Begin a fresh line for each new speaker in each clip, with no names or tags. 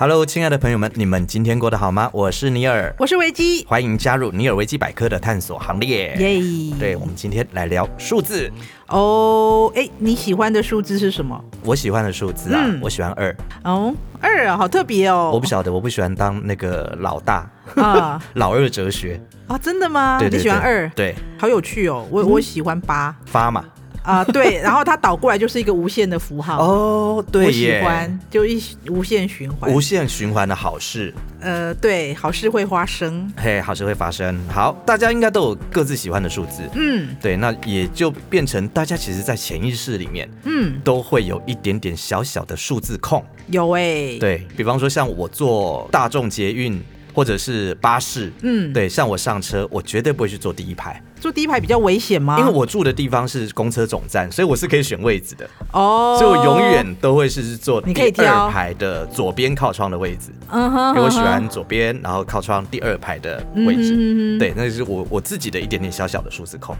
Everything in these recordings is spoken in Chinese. Hello，亲爱的朋友们，你们今天过得好吗？我是尼尔，
我是维基，
欢迎加入尼尔维基百科的探索行列。
耶、
对，我们今天来聊数字。
哦，哎，你喜欢的数字是什么？
我喜欢的数字啊，
嗯
我喜欢二。
哦，二啊，好特别哦。
我不晓得，我不喜欢当那个老大，
啊
老二哲学。
啊，真的吗？
对对对，嗯
你喜欢二，
对，
好有趣哦。我我喜欢八
发嘛。
啊，对， 然后它倒过来就是一个无限的符号。
哦，
我
对
喜
耶，
欢，就一无限循环
无。限循环的好事。
呃，对，好事会发生。
嘿，好事会发生。好，大家应该都有各自喜欢的数字，
嗯
对，那也就变成大家其实，在潜意识里面
嗯，
都会有一点点小小的数字控。
有哎、，
对比方说，像我坐大众捷运或者是巴士，
嗯，，
对，像我上车，我绝对不会去坐第一排，
坐第一排比较危险吗？
因为我住的地方是公车总站，所以我是可以选位置的，
哦，
所以我永远都会是坐
你
第
可以挑
二排的左边靠窗的位置，
嗯哼，
因为我喜
嗯
欢左边，然后靠窗第二排的位置。
嗯哼
对，那是我我自己的一点点小小的数字控。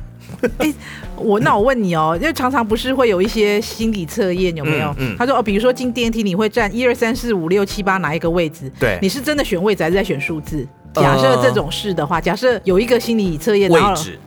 我那我问你哦，因为常常不是会有一些心理测验有没有？
嗯嗯
他说哦，比如说进电梯你会站一二三四五六七八哪一个位置？
对
你是真的选位置还是在选数字？
呃
假设这种事的话，假设有一个心理测验，
位
然后
置，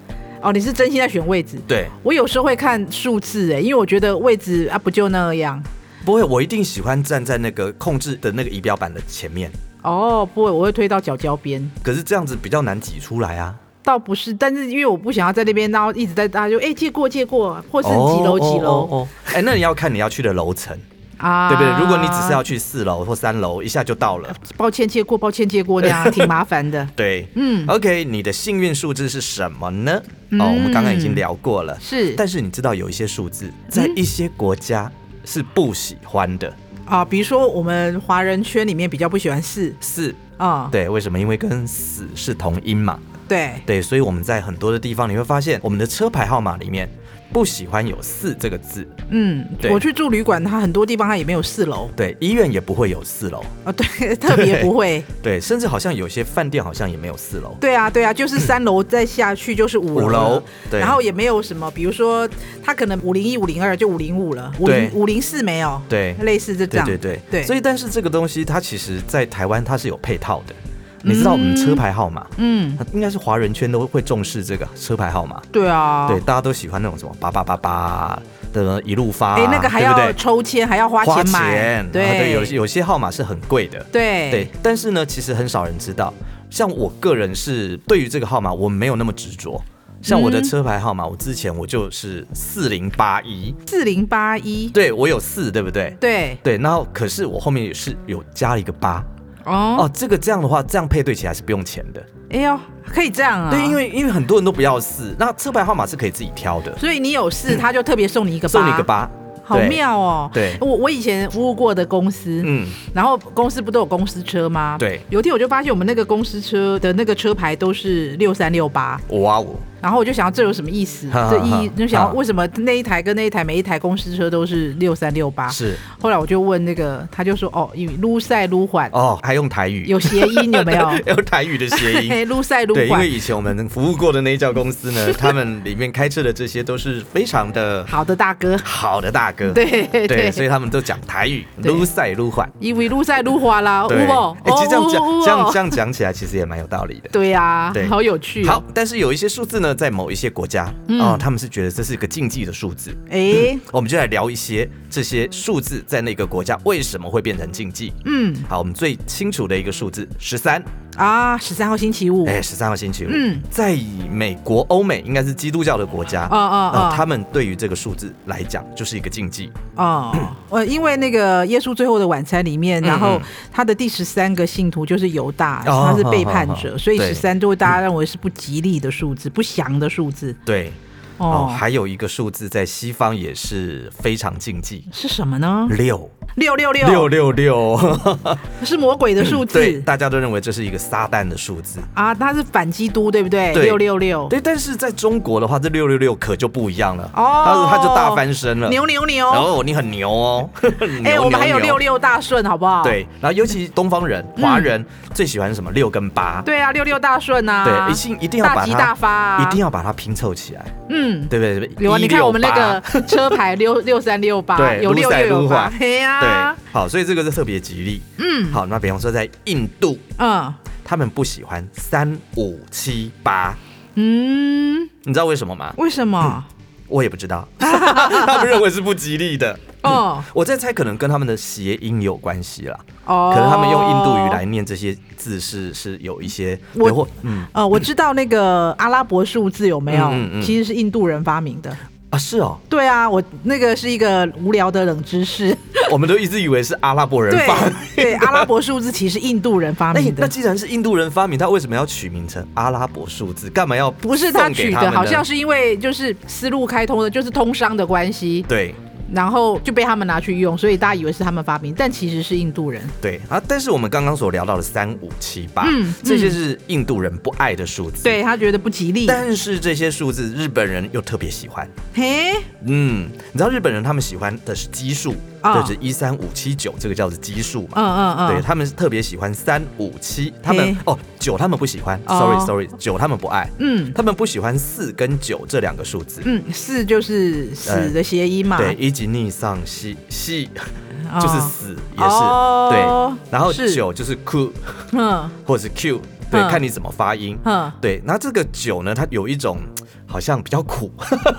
哦，你是真心在选位置。
对，
我有时候会看数字哎，因为我觉得位置啊不就那样
不会，我一定喜欢站在那个控制的那个仪表板的前面，
哦，不会，我会推到角角边，
可是这样子比较难挤出来啊。
倒不是，但是因为我不想要在那边，然后一直在大家就哎借过借过，或是几楼几楼、
哦哦哦哎、那你要看你要去的楼层，
啊，嗯
对不对？如果你只是要去四楼或三楼，一下就到了。
抱歉借过，抱歉借过那样挺麻烦的。
对，
嗯，
OK，你的幸运数字是什么呢？哦，我们刚刚已经聊过了。
是
但是你知道有一些数字在一些国家是不喜欢的，
啊，比如说我们华人圈里面比较不喜欢四
四
啊，
对，为什么？因为跟死是同音嘛，
对
对，所以我们在很多的地方你会发现，我们的车牌号码里面不喜欢有四这个字，
嗯，
对
我去住旅馆，它很多地方它也没有四楼
对，医院也不会有四楼，
啊，对， 特别不会，
对，甚至好像有些饭店好像也没有四楼，
对啊，对啊，就是三楼再下去就是五
五
楼
楼
了，，
对，
然后也没有什么，比如说它可能五零一、五零二就五零五了，五
对
零五零四没有，
对
类似这这
对
样，
对对
对
所以但是这个东西它其实在台湾它是有配套的，你知道我们车牌号码，
嗯，
应该是华人圈都会重视这个车牌号码，
对啊，
对，大家都喜欢那种什么八八八八的一路发，
哎，那个
啊
还
对
要
不对
抽签，还要花
花
钱买，
钱啊对，有些
对
有些号码是很贵的，对
对，
但是呢，其实很少人知道。像我个人是对于这个号码我没有那么执着，像我的
嗯
车牌号码，我之前我就是四零八一，
四零八一，
对我有四，对不对？
对
对，然后可是我后面也是有加了一个八
哦，
哦，这个这样的话，这样配对起来是不用钱的。
哎呦，可以这样啊，
对，因为因为很多人都不要四，那车牌号码是可以自己挑的，
所以你有事，他就特别送你一个
嗯
八，
送你一个，八，
好
对，
妙哦。
对
我我以前服务过的公司，
嗯，
然后公司不都有公司车吗？
对
有一天我就发现我们那个公司车的那个车牌都是六三六八，
哇哦，
然后我就想这有什么意思？
哈哈
这意
哈
就想
哈
为什么那一台跟那一台每一台公司车都是六三六八？
是
后来我就问那个，他就说哦，因为撸赛撸缓
哦，还用台语，
有谐音有没有？
有台语的 谐音，
嘿撸赛撸
对，因
缓
为。以前我们服务过的那一家公司呢，他们里面开车的这些都是非常的
好的，大 哥，
好的大哥，
对对
所以他们都讲台语，
对
撸赛撸缓，
因为撸赛撸缓啦，
对，
有不？哦
哎其实这样讲
有有，
这样这样讲起来，其实也蛮有道理的。
对呀、
对
好有趣、啊
好，，但是有一些数字呢，在某一些国家啊、
嗯
哦他们是觉得这是一个禁忌的数字。
哎、
我们就来聊一些这些数字在那个国家为什么会变成禁忌。
嗯
好，我们最清楚的一个数字十三，
啊，十三号星期五，
哎，十三号星期五，
嗯
在美国、欧美应该是基督教的国家，
哦哦
呃
哦
他们对于这个数字来讲就是一个禁忌。
哦，呃，因为那个耶稣最后的晚餐里
嗯
面，然后他的第十三个信徒就是犹大，
哦
他是背叛
好好
者，
好
所以
对
十三就会大家认为是不吉利的数字，不祥的数字。
对，哦，
哦，
还有一个数字在西方也是非常禁忌，
是什么呢？
六
六嗯六六
六六六，
是魔鬼的 数
对，
字
大家都认为这是一个撒旦的数字。
啊，他是反基督，对不对？
对
六六六，
对，但是在中国的话，这六六六可就不一样了，
哦
它它就大翻身了。
牛牛牛！
然后你很牛哦，
哎、
牛
我们还有
牛牛
六六大顺，好不好？
对，然后尤其东方人、华人最喜欢什么六跟八，
嗯对啊，六六大顺啊，
对，一定一定要把
大吉大
它
发、啊，
一定要把它拼凑起来，
嗯。
对不对？
有啊，你看我们那个车牌六六三六八，
对
有
撸
六
赛
又有
撸
八
法，
嘿呀、啊，
好，所以这个是特别吉利。
嗯
好，那比方说在印度，
嗯
他们不喜欢三五七八，
嗯，
你知道为什么 吗？
为什么？
我也不知道， 他们认为是不吉利的。
哦
我在猜，可能跟他们的谐音有关系啦。
哦，
可能他们用印度语来。念这些字是是有一些，
我
然后嗯
呃，我知道那个阿拉伯数字有没有？
嗯嗯嗯
其实是印度人发明的。
啊是哦，
对啊，我那个是一个无聊的冷知识。
我们都一直以为是阿拉伯人
对
发明。
对，阿拉伯数字其实是印度人发
那
明
那
的，
既然是印度人发明，他为什么要取名成阿拉伯数字？干嘛要
不是
送
他
给
取
他们
的，
呢
好像是因为就是思路开通的，就是通商的关系，
对
然后就被他们拿去用，所以大家以为是他们发明，但其实是印度人。
对啊。但是我们刚刚所聊到的三五七八，
嗯
这些是印度人不爱的数字。
对，他觉得不吉利。
但是这些数字日本人又特别喜欢。
嘿，
嗯，你知道日本人他们喜欢的是奇数，
啊
就是一三五七九，这个叫做奇数嘛。
嗯嗯嗯，
对他们是特别喜欢三五七，他们
嘿
哦九他们不喜欢
哦
，sorry sorry，九他们不爱，
嗯
他们不喜欢四跟九这两个数字。
嗯，四就是死的谐音嘛，
哎对，一级逆上西西
哦
就是死，也是
哦
对，然后
是
九就是 ku
嗯
或者是 q，对，
嗯
看你怎么发音。
嗯，
对，那这个九呢，它有一种好像比较苦，，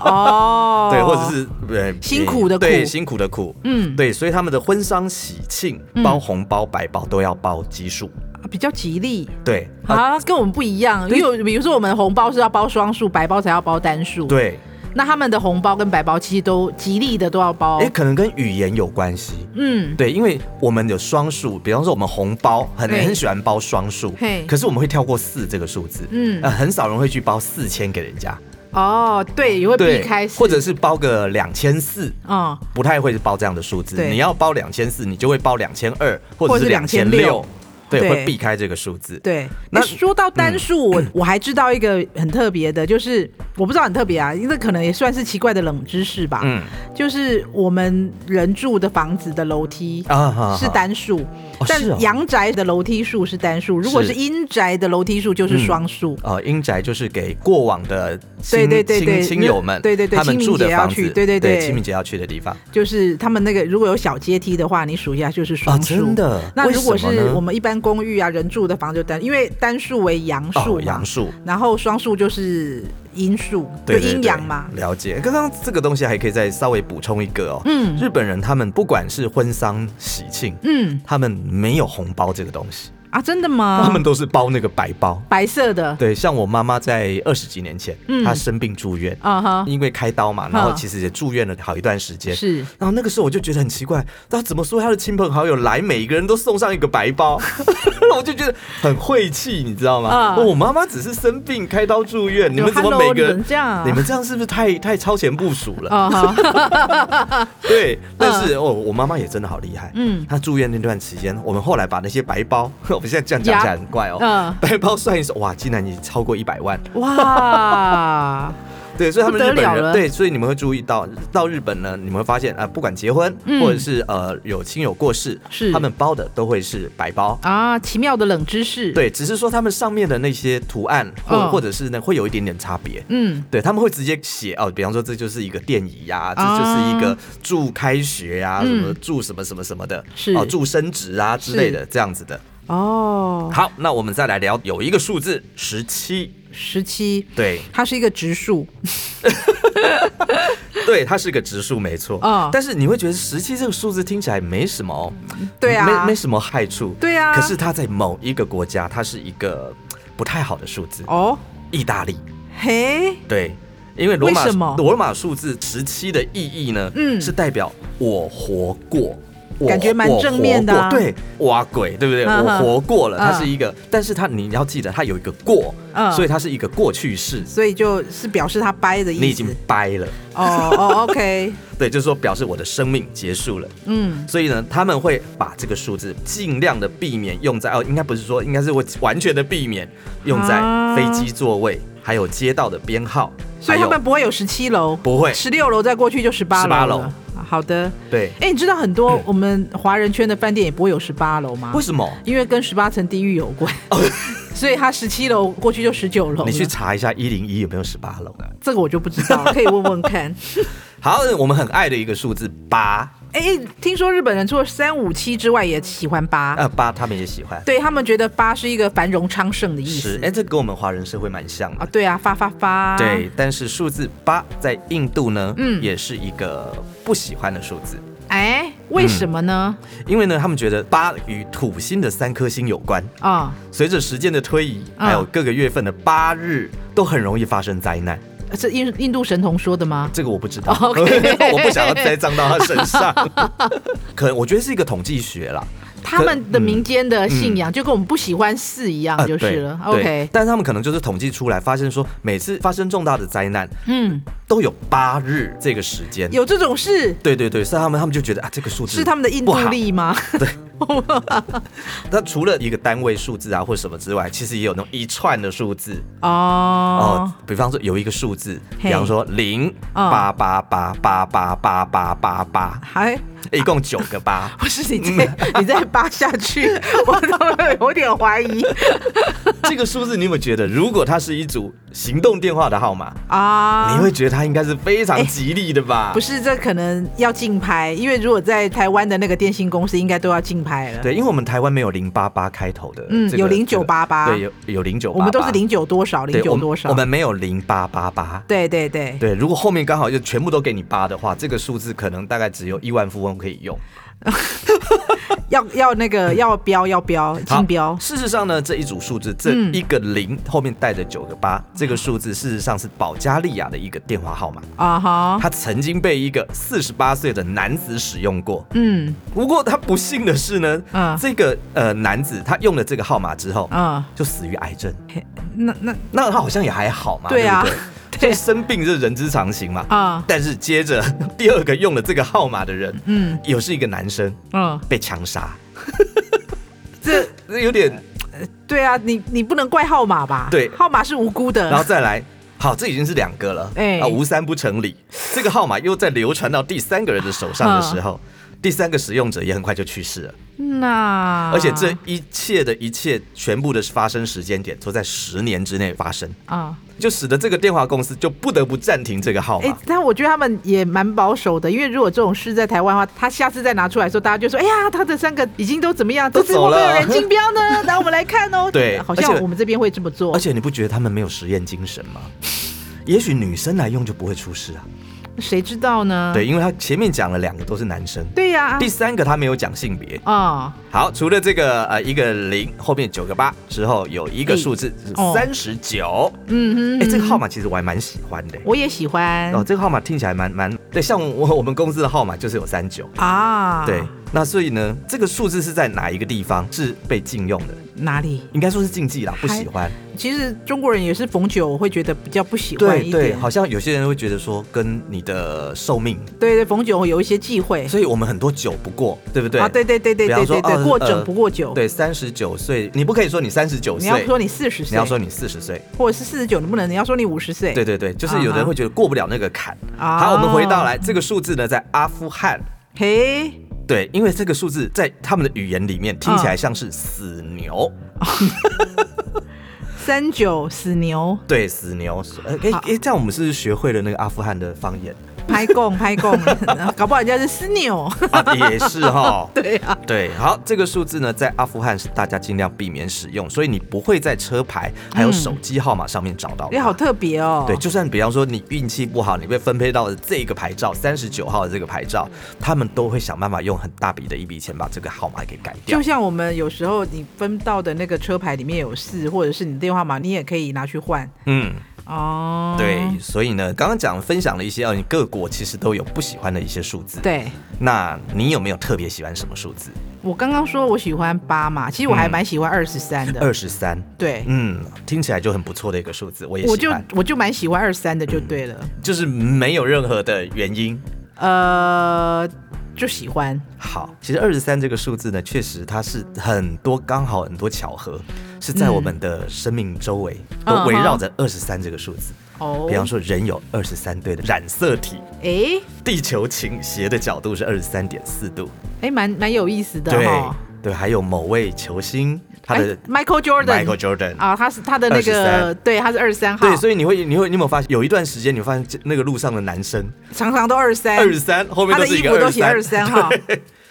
哦
对，或者是呃
辛苦的苦
对，辛苦的苦，
嗯
对，所以他们的婚丧喜庆、包红包、百包都要包奇数，
啊比较吉利。
对，啊，
啊，跟我们不一样，因为比如说我们红包是要包双数，白包才要包单数。，
对，
那他们的红包跟白包其实都吉利的都要包。
哎，可能跟语言有关系。
嗯，
对，因为我们有双数，比方说我们红包很
对
很喜欢包双数
嘿，
可是我们会跳过四这个数字，
嗯
呃，很少人会去包四千给人家，
哦，对，也会避开四，
或者是包个两千四，
嗯，
不太会包这样的数字。
对
你要包两千四，你就会包两千二或
或
者是
者是
两千六
2600，
对，
对
会避开这个数字。
对。
那嗯
那说到单数，我我还知道一个很特别的，就是我不知道很特别啊，那可能也算是奇怪的冷知识吧。
嗯
就是我们人住的房子的楼梯
啊哈
是单数，
哦
但
是嗯哦
阳宅的楼梯数是单数，如果
是
是阴宅的楼梯数就是双数。
呃，英宅就是给过往的
对
亲
对对
亲
对
亲友们，
对对对
他们
清明
住的
节要
房子，
去对对对
清明节要去的地方
就是他们那个如果有小阶梯的话，你数一下就是
啊，
双数。
真。的。
那
为
如果
什么呢
是我们一般公寓啊，人住的房就单，因为单数为阳数
哦，
嘛，
杨树，
然后双数就是阴数，
对
就
对
阴
对
阳嘛。
了解。刚刚这个东西还可以再稍微补充一个哦。
嗯
日本人他们不管是婚丧喜庆，
嗯
他们没有红包这个东西，
啊，真的吗？
他们都是包那个白包。
白色的，
对，像我妈妈在二十几年前，
嗯
她生病住院，
啊哈，
因为开刀嘛，然后
嗯
其实也住院了好一段时间。
是
然后那个时候我就觉得很奇怪，他怎么说他的亲朋好友来，每一个人都送上一个白包， 我就觉得很晦气，你知道吗？
嗯
哦我妈妈只是生病开刀住院，你
有
们怎么
“Hello”，
每个
你
人
们这样啊
你们这样是不是太太超前部署了？
啊哈，
对，但是、哦，我妈妈也真的好厉害，嗯
嗯，
她住院那段期间，我们后来把那些白包， 我们现在这样讲起来很怪哦，
嗯
白包算一算，哇，竟然也超过一百万，
哇，
对，所以他们
不得
日本
了
人
了
对，所以你们会注意到，到日本呢，你们会发现啊、呃不管结婚、
嗯
或者是呃有亲友过世，
是
他们包的都会是白包。
啊，奇妙的冷知识。，
对，只是说他们上面的那些图案，或、
嗯
或者是呢，会有一点点差别。
嗯，
对，他们会直接写哦，比方说这就是一个电椅呀、
啊
这就是一个祝开学呀、
嗯
什么祝什么什么什么的，
是
哦，祝升职啊之类的这样子的。
哦，
好，那我们再来聊有一个数字十七，
十七，
对，
它是一个植树，
对，它是个植数，没错。
嗯
但是你会觉得十七这个数字听起来没什么哦，
对啊
没没什么害处。
对啊
可是它在某一个国家，它是一个不太好的数字，
哦，
意大利。
嘿，
对，因为罗马
为什么
罗马数字十七的意义呢？
嗯
是代表我活过。我
感觉蛮
我
正面的
活
啊
过对，哇鬼，对不对？我
嗯哼
活过了，它
嗯
是一个，但是它你要记得，它有一个过，
嗯
所以它是一个过去式，
所以就是表示它掰的意思。
你已经掰了，
哦哦，OK，
对，就是说表示我的生命结束了。
嗯，
所以呢，他们会把这个数字尽量的避免用在哦，应该不是说，应该是会完全的避免用在
啊
飞机座位，还有街道的编号，
所
还
以他
有
们哎不会有十七楼，
不会
十六楼再过去就十八
18
楼
楼
了。好的，
对，
哎，你知道很多我们华人圈的饭店也不会有十八楼吗
为？什么？
因为跟十八层地狱有关， 所以它十七楼过去就十九楼了。
你去查一下一零一有没有十八楼？啊
这个我就不知道，可以问问看。
好，我们很爱的一个数字八，
哎，听说日本人除了三五七之外，也喜欢八、
啊，八他们也喜欢，
对他们觉得八是一个繁荣昌盛的意
是
思。
哎，这跟我们华人社会蛮像
啊，
的。
对啊，发发发。
对，但是数字八在印度呢，
嗯
也是一个不喜欢的数字，
哎，为什么呢？
因为呢，他们觉得八与土星的三颗星有关。
啊、
随着时间的推移，
嗯
还有各个月份的八日，都很容易发生灾难。
是印印度神童说的吗？
这个我不知道
哦 OK
我不想要栽赃到他身上。 可能我觉得是一个统计学啦，
他们的民间的信仰就跟我们不喜欢寺一样，啊就是了。
嗯呃对对
OK，
但是他们可能就是统计出来，发现说每次发生重大的灾难
嗯，
都有八日这个时间。
有这种事
对对对，所以他们他们就觉得啊，这个数字
是他们的印
不
度
好。
历吗？
那除了一个单位数字啊或什么之外，其实也有那种一串的数字哦、
哦，
比方说有一个数字，
嘿
比方说零
嗯
八八八八八八八八八，
还。
一共九个八
不是 你再你再扒下去，我都有点怀疑
这个数字你有没有觉得，如果它是一组行动电话的号码，
啊。哎
你会觉得它应该是非常吉利的吧？
不是，这可能要竞拍，因为如果在台湾的那个电信公司，应该都要竞拍了。，
对，因为我们台湾没有零八八开头的，
嗯
这个
有0988
对，有有零九八，
我们都是零九多少，
对
零九
我们
多少
我。们没有零八八八。
对对对，
对，如果后面刚好就全部都给你八的话，这个数字可能大概只有亿万富翁可以用。
要要那个要标要标
嗯好
竞标
事实上呢，这一组数字，这
嗯
一个零后面带着九个八，这个数字事实上是保加利亚的一个电话号码，
啊哈，
它曾经被一个四十八岁的男子使用过。
嗯
不过他不幸的是呢，
嗯
这个呃男子他用了这个号码之后，
嗯，
就死于癌症。
嘿那那
那他好像也还好嘛，
对啊
不对？所以生病是人之常情嘛。
啊
但是接着 第二个用了这个号码的人，
嗯
有是一个男生
嗯，
被枪杀，
这
这有点。
对啊，你你不能怪号码吧？
对
号码是无辜
然后
的。
再来，好，这已经是两个了，
哎
啊，无三不成理。这个号码又在流传到第三个人的手上的时
哦
候，第三个使用者也很快就去世了。
那
而且这一切的一切，全部的发生时间点都在十年之内发生，
啊，
就使得这个电话公司就不得不暂停这个号
哎、
码。
但我觉得他们也蛮保守的，因为如果这种事在台湾的话，他下次再拿出来的时候，大家就说：“哎呀，他的三个已经都怎么样，
都
这次会不会
走了
有人竞标呢？” 来，我们来看哦。
对
好
而
像
且
我们这边会这么做
而。且你不觉得他们没有实验精神吗？也许女生来用就不会出事啊。
谁知道呢？
对，因为他前面讲了两个都是男生，
对呀、
第三个他没有讲性别。
啊、
好，除了这个呃一个零后面九个八之后，有一个
哎
数字是
哦
三十九。
嗯嗯啊
哎，这个号码其实我还蛮喜欢的。
我也喜欢、
哦，这个号码听起来蛮蛮对，像我我们公司的号码就是有三九。
啊。
对，那所以呢，这个数字是在哪一个地方是被禁用的？
哪里？
应该说是禁忌啦，不喜欢。
其实中国人也是逢九，我会觉得比较不喜欢
对
一点。
对，好像有些人会觉得说跟你的寿命，
对对逢九会有一些忌讳。
所以我们很多酒不过，对不对？
哎啊，对对对对
比
对
方说
对对，
哦
过
呃
整不过九。
对，三十九岁，你不可以说你三十九
你要
岁，
说你四十岁，
你要说你四十岁，
或者是四十九，你不能，你要说你五十岁。
对对对，就是有的人会觉得过不了那个坎。
啊
好，我们回到来这个数字呢，在阿富汗，
嘿，
对，因为这个数字在他们的语言里面听起来像是死牛，
三九死牛，
对，死牛。呃哎
好
哎，这样我们是不是学会了那个阿富汗的方言
拍供拍供， 搞不好人家是死牛。
啊，也是哈。
对啊，
对，好，这个数字呢，在阿富汗是大家尽量避免使用，所以你不会在车牌还有手机号码上面找到它。
也好特别哦。
对，就算比方说你运气不好，你被分配到的这个牌照三十九号的这个牌照，他们都会想办法用很大笔的一笔钱把这个号码给改掉
就。像我们有时候你分到的那个车牌里面有四，或者是你电话码，你也可以拿去换
嗯，
哦。
对，所以呢，刚刚讲分享了一些，呃，你各国其实都有不喜欢的一些数字。，
对，
那你有没有特别喜欢什么数字？
我刚刚说我喜欢八嘛，其实我还蛮喜欢二十三的。
嗯二十三。
对，
嗯，听起来就很不错的一个数字，我嗯也
我
喜
就
欢，嗯
我就蛮喜欢二三的，就对了。
就是没有任何的原因。
呃，就喜欢。
好，其实二十三这个数字呢，确实它是很多刚好很多巧合，是在我们的生命周围、
嗯
都围绕着二十三这个数字。
哦，
比方说，人有二十三对的染色体，
诶
地球倾斜的角度是二十三点四度，
诶，蛮蛮有意思的
对
哈。
对，还有某位球星，他的
哎 Michael Jordan
Michael Jordan
啊，他是他的那个
23
对，他是二十三号，
对，所以你会，你会，你有没有发现，有一段时间，你会发现这那个路上的男生，
常常都二十三，
二十三后面
他
都
的
是一
衣
个
服都写二十
三
三，号。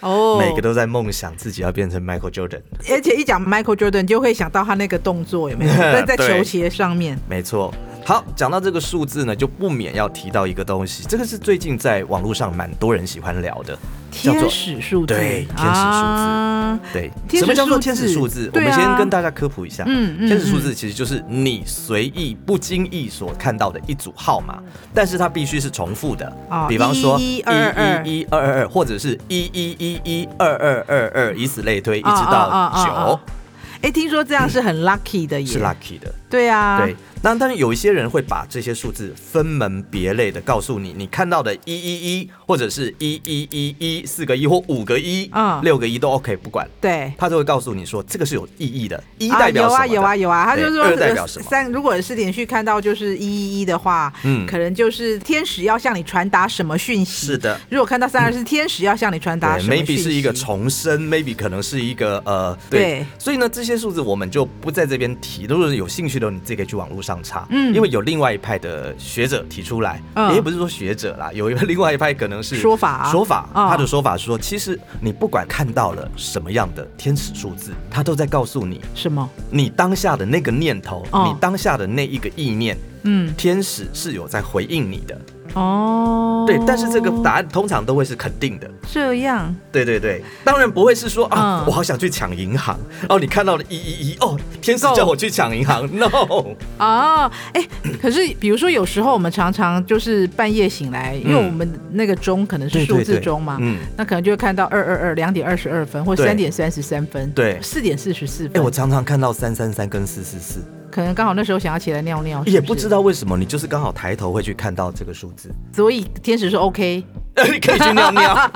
哦，
每个都在梦想自己要变成 Michael Jordan。
而且一讲 Michael Jordan 就会想到他那个动作有 没有？在在
对
球鞋上面，
没错。好，讲到这个数字呢，就不免要提到一个东西，这个是最近在网络上蛮多人喜欢聊的，叫
天
做
使数字，
对天使数字
啊
对，
天
什
使
么叫做
数字
天使数字？我
对
们
啊
先跟大家科普一下，
嗯嗯
天使数字其实就是你随意不经意所看到的一组号码，但是它必须是重复的，
哦
比方说
一一二
一一二二二，或者是一一一一二二二二，以此类推，一直
哦
到
哦哦
九
哦哎，听说这样是很 lucky 的耶，
是 lucky 的。
对啊，
对，那但是有一些人会把这些数字分门别类的告诉你，你看到的一一一或者是一一一一四个一或五个一、
嗯
六个一都 OK，不管，
对。
他就会告诉你说这个是有意义的，一
啊，
代表
有
什么
啊
的
有啊有啊，他就
对
说
二代表什么
三，如果是连续看到就是一一一的话，
嗯
可能就是天使要向你传达什么讯息。
是的
如果看到三二是天使要向你传达什么
对
讯息
，maybe 是一个重生，maybe 可能是一个呃，对，
对
所以呢，这些数字我们就不在这边提。如果有兴趣的，你自己可以去网络上查，
嗯
因为有另外一派的学者提出来，
嗯
也不是说学者啦，有一个另外一派可能是
说法
说法，
嗯
他的说法是说，其实你不管看到了什么样的天使数字，它都在告诉你，
什么？
你当下的那个念头，
哦
你当下的那一个意念，
嗯，
天使是有在回应你的，
哦，
对，但是这个答案通常都会是肯定的。
这样
对对对，当然不会是说啊，
嗯
我好想去抢银行，哦，你看到了一一一，哦，天使叫我去抢银 行，no，
哦，哎，可是比如说有时候我们常常就是半夜醒来，因为我们那个钟可能是
对
数
对
字
对
钟嘛，
嗯
那可能就会看到二二二两点二十二分或
对
三点三十三分，
对
四点四十四
哎，
分
我，常常看到三三三跟四四四，
可能刚好那时候想要起来尿尿，是
也
不
不
是
知道为什么，你就是刚好抬头会去看到这个数 字，
所以天使说 OK，
你可以去尿尿，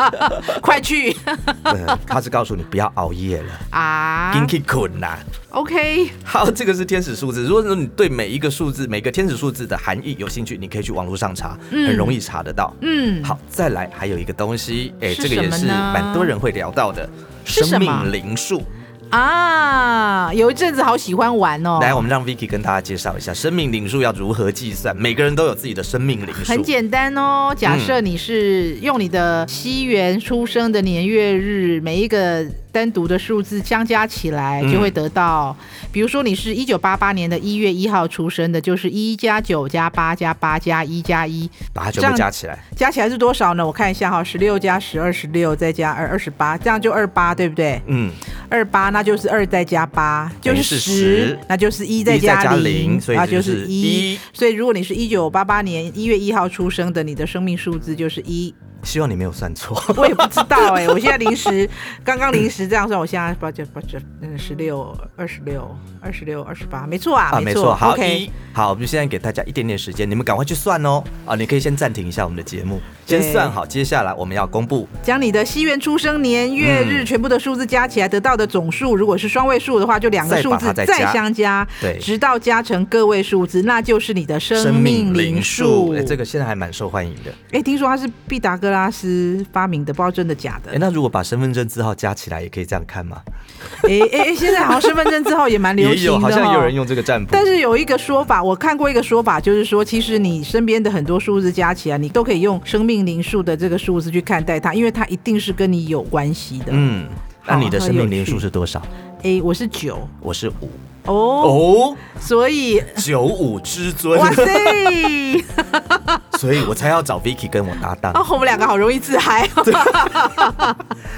快去
嗯他是告诉你不要熬夜了，
啊
赶紧困啦。
，OK，
好，这个是天使数字。如果说你对每一个数字、每个天使数字的含义有兴趣，你可以去网络上查，很容易查得到。
嗯，
好，再来还有一个东西，哎、这
是
个
什
也
么
是
呢
蛮多人会聊到的，
是什
生
么
命灵数。
啊，有一阵子好喜欢玩哦，
来，我们让 Vicky 跟大家介绍一下生命灵数要如何计算。每个人都有自己的生命灵数，
很简单哦，假设你是用你的西元出生的年月日每一个单独的数字相加起来，
嗯
就会得到，比如说你是一九八八年的一月一号出生的，就是一加九加八加八加一加一，
把它
这
全
样
部加起来。
加起来是多少呢？我看一下哈，十六加十二十六再加二二十八，这样就二八，对不对？
嗯，
二八那就是二再加八，就
等于
是
是
十
10，
那就是一再
一再加
零，
零所以
啊就
就是
是一
一。
所以如果你是一九八八年一月一号出生的，你的生命数字就是一。
希望你没有算错。
我也不知道哎、我现在临时刚刚临时这样算，我现在八九八九嗯十六二十六二十六二十八，没错啊，
啊，没
错
错，好
OK
一。好，我们现在给大家一点点时间，你们赶快去算哦。啊，你可以先暂停一下我们的节目，
对
先算好，接下来我们要公布。
将你的西元出生
嗯
年月日全部的数字加起来，得到的总数，如果是双位数的话，就两个
再
数
把
字
它再
再
加
相加，
对
直到加成个位数字，那就是你的生命灵数。
哎，这个现在还蛮受欢迎的。
哎，听说它是毕达哥拉斯发明的，不知道真的假的
哎，。那如果把身份证字号加起来，也可以这样看吗？
哎哎哎，现在好像身份证字号也蛮流
也
行的
有，
哈
好像有人用这个占卜。
但是有一个说法，我看过一个说法，就是说，其实你身边的很多数字加起来，你都可以用生命灵数的这个数字去看待它，因为它一定是跟你有关系的。嗯，
嗯，那你的
好
生命
很有
灵数
趣
是多少？
哎，我是九
我是五。
哦，
哦，
所以
九五之尊，
哇塞，
所以我才要找 Vicky 跟我搭档。
哦，我们两个好容易自嗨。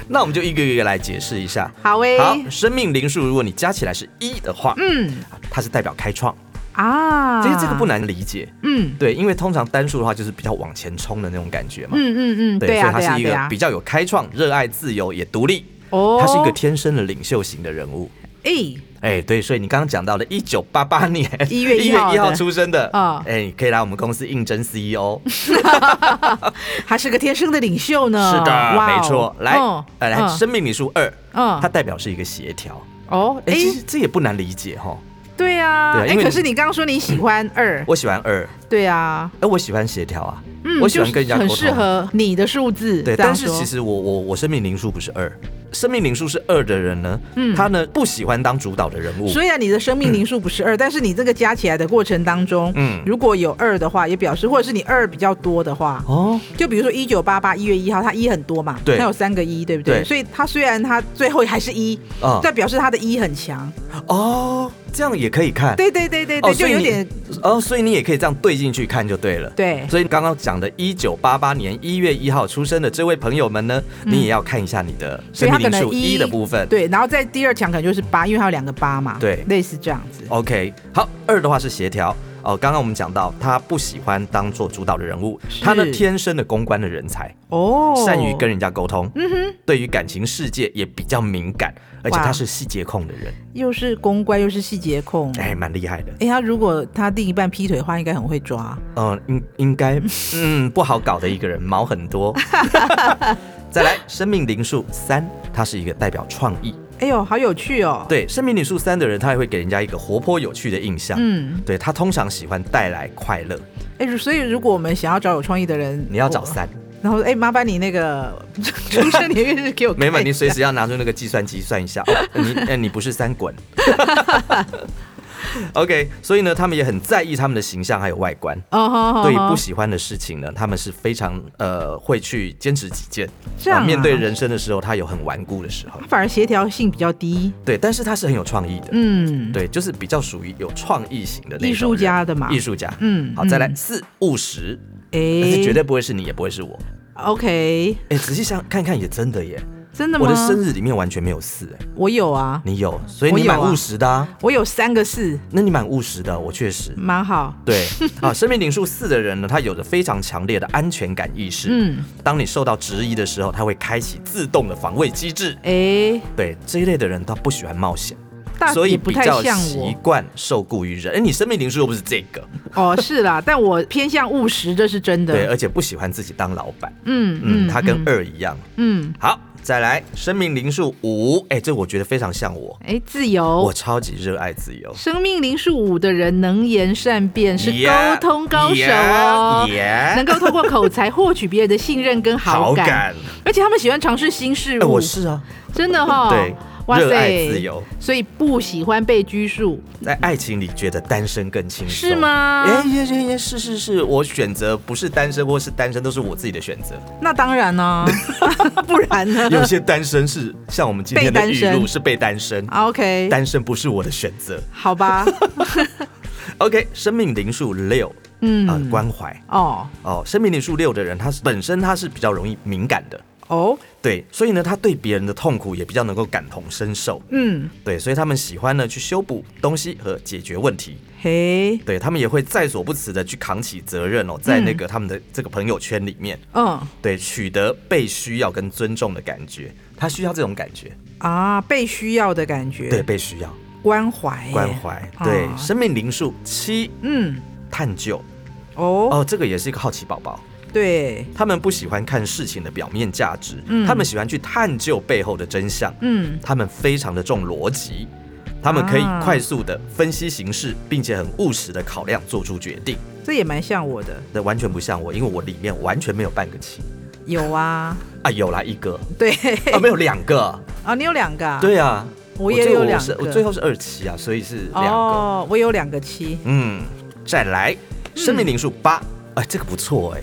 那我们就一个一个来解释一下。
好诶、
好，生命灵数，如果你加起来是一的话，
嗯
它是代表开创。
啊，
其实这个不，难理解，
嗯
对，因为通常单数的话就是比较往前冲的那种感觉嘛。
嗯嗯嗯，
对，
对
所以
啊
他
对啊
是一
对
个
啊
比，较有开创、热爱自由也独立，
哦
他是一个天生的领袖型的人物。
哎。
哎，对，所以你刚刚讲到了一九八八 年
1月1号
1号
的
出生的，
啊
哎，可以来我们公司应征 E CEO。
还是个天生的领袖呢。
是的，
哇哦
没错。来
嗯，
呃来，
嗯
生命理数二，
嗯
它代表是一个协调。
哦，
哎，
哎，
其实这也不难理解哈。
对啊，
对啊
哎
因，为
可
你
是你刚刚说你喜欢二，
我喜欢二，
对啊，
哎，我喜欢协调啊，
嗯，
我喜欢跟人家
就是
沟
很适
通。
合你的数字，
对，
这样
但是
说
其实我我我生命灵数不是二，生命灵数是二的人呢，
嗯
他呢不喜欢当主导的人物，
虽然你的生命灵数不是二、但是你这个加起来的过程当中，
嗯
如果有二的话，也表示或者是你二比较多的话，
哦，
就比如说一九八八一月一号，它一很多嘛，
对
它有三个一，对不对？
对
所以它虽然它最后还是一、
啊
但表示它的一很强。
哦，这样也可以看，
对对对对对，
哦，
就
所以
有
你
点
哦，所以你也可以这样对进去看就对了。
对
所以刚刚讲的1988年1月1号出生的这位朋友们呢，你也要看一下你的
嗯
生
所以它
命
可
灵
能
数一的部分。
对，然后在第二强可能就是八，因为它有两个八嘛，
对
类似这样子。
OK，好，二的话是协调。哦，刚刚我们讲到他不喜欢当做主导的人物，他呢
是
天生的公关的人才，
哦，
善于跟人家沟通，嗯哼，对于感情世界也比较敏感，而且
哇
他是细节控的人，
又是公关又是细节控。
哎，蛮厉害的。
哎、他如果他另一半劈腿的话，应该很会抓。
嗯，应应 该，嗯，不好搞的一个人，毛很多。再来，生命灵数三，它是一个代表创意。
哎呦，好有趣哦。，
对，生命灵数三的人，他也会给人家一个活泼有趣的印象。
嗯，
对他通常喜欢带来快乐。
哎、所以如果我们想要找有创意的人，
你要找
我，
三，
然后哎、麻烦你那个 出生年月日给我看
没
一下。
问你随时要拿出那个计算机算一 下。哦、你、呃你不是三滚。OK，所以呢，他们也很在意他们的形象还有外观。
哦，好好
对于
好
不喜欢的事情呢，他们是非常呃会去坚持己见。
这样啊
面对人生的时候，他有很顽固的时候。
反而协调性比较低。
对，但是他是很有创意的，
嗯，
对，就是比较属于有创意型的那种人
艺术家的嘛
艺术家。
嗯
好，再来
嗯
四务实，
哎、
但是绝对不会是你，也不会是我。
OK，
哎，仔细想看看，也真的耶，
真的吗？
我的生日里面完全没有四，哎，
我有啊，
你有，所以
我
你
有
蛮
啊
务实的啊。
我有三个四，
那你蛮务实的，我确实。
蛮好。
对啊，生命灵数四的人呢，他有着非常强烈的安全感意识。
嗯，
当你受到质疑的时候，他会开启自动的防卫机制。
哎、
对这一类的人，他不喜欢冒险，
大
所以
也不
比
太
较
像
习
我
惯受雇于人。哎，你生命灵数又不是这个，
哦，是啦，但我偏向务实，这是真的。
对，而且不喜欢自己当老板。
嗯
嗯，他跟二一样。
嗯，
好，再来，生命灵数五，哎，这我觉得非常像我，
哎、自由。
我超级热爱自由。
生命灵数五的人能言善辩，是
Yeah，
沟通高手哦
yeah，yeah
能够通过口才获取别人的信任跟好感，而且他们喜欢尝试新事
哎，
物，
我是啊，
真的哈、
对，热爱自由，
所以不喜欢被拘束，
在爱情里觉得单身更轻松，
是？吗？
哎，耶耶耶，是是是，我选择不是单身或是单身，都是我自己的选择。
那当然呢、 不然 呢
有些单身是像我们今天的
被单
语
身啊
录是被单身，
？OK，
单身不是我的选择。
好 吧，
OK，生命灵数六，嗯、呃，
嗯，
关怀
哦
哦，生命灵数六的人，他是本身他是比较容易敏感的，
哦，
对，所以呢，他对别人的痛苦也比较能够感同身受，
嗯，
对，所以他们喜欢呢去修补东西和解决问题，
嘿，
对他们也
嗯
会在所不辞的去扛起责任哦，在那个他们的这个朋友圈里面，
嗯
对，取得被需要跟尊重的感觉，他需要这种感觉，
啊，被需要的感觉，
对，，被需要。
关怀，
关，怀，
哦
对，生命灵数七
嗯，
探究
哦，
哦，这个也是一个好奇宝宝。
对，
他们不喜欢看事情的表面价值，
嗯
他们喜欢去探究背后的真相。
嗯，
他们非常的重逻辑，他们可以
啊
快速的分析形势，并且很务实的考量做出决定。
这也蛮像我的，
那完全不像我，因为我里面完全没有半个情
有啊，
啊，有啦一个
对，
啊，没有两个，
啊，你有两个、啊，，
对啊，
我也有两
我最后
个，
我是我最后是二期啊，所以是两个。
哦，嗯我有两个七，
嗯，再来，生命灵数八，哎、这个不错哎、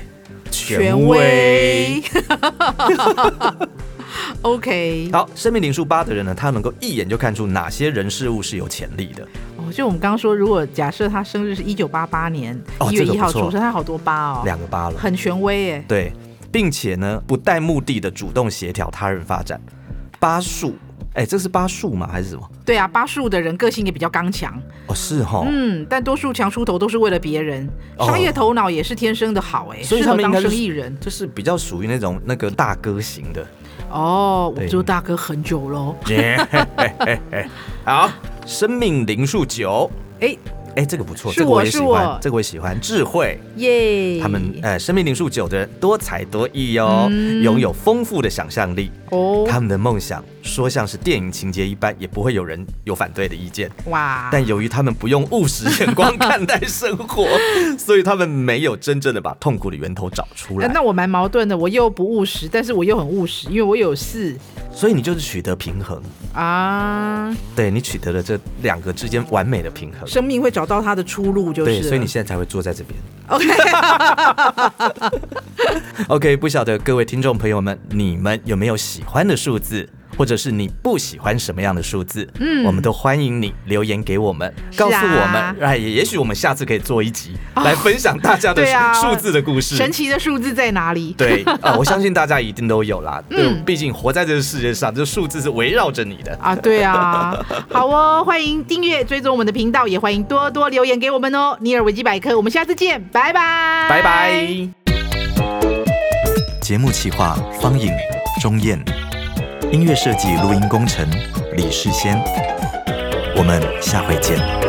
，OK，
好，生命灵数八的人呢，他能够一眼就看出哪些人事物是有潜力的。
哦，就我们刚刚说，如果假设他生日是一九八八年
哦
一月
这个
一
不
号
错
出生，他好多八哦，
两个八了，
很权威耶，
对，并且呢，不带目的的主动协调他人发展。八数，哎、这是八数吗？还是什么？
对啊，八数的人个性也比较刚强，
哦，是哈、
嗯，但多数强出头都是为了别人，
哦
商业头脑也是天生的好哎，
所以
适
他
合
们应该、
当
就
生
是、
意人
就是比较属于那种那个大哥型的。
哦，我
对
做大哥很久喽，
好，生命灵数九，
哎
哎、这个不错，
是
这个我
我
也
是
喜欢
我，
这个我也喜欢，智慧。
耶，
他们呃，生命灵数九的人多才多艺哦，拥有丰富的想象力。
嗯哦，
他们的梦想说像是电影情节一般，也不会有人有反对的意见。
哇，
但由于他们不用务实眼光看待生活， 所以他们没有真正的把痛苦的源头找出
呃
来。
那我蛮矛盾的，我又不务实，但是我又很务实，因为我有事
所以你就是取得平衡，
啊，
对你取得了这两个之间完美的平衡。
生命会找到它的出路，啊就是啊
对，
了。
所以你现在才会坐在这边。
OK，
OK，不晓得各位听众朋友们，你们有没有喜欢的数字，或者是你不喜欢什么样的数字？嗯，我们都欢迎你留言给我们，告诉我们。
啊
哎，也许我们下次可以做一集、来分享大 家的
哦对啊
数字的故事。
神奇的数字在哪里？
对啊、我相信大家一定都有 啦。
嗯
对，毕竟活在这个世界上，这数字是围绕着你的。
啊，对啊，好哦，欢迎订阅追踪我们的频道，也欢迎多多留言给我们哦。尼尔维基百科，我们下次见，拜拜，
拜拜。。节目企划：方颖、钟燕，音乐设计、录音工程：李世先。我们下回见。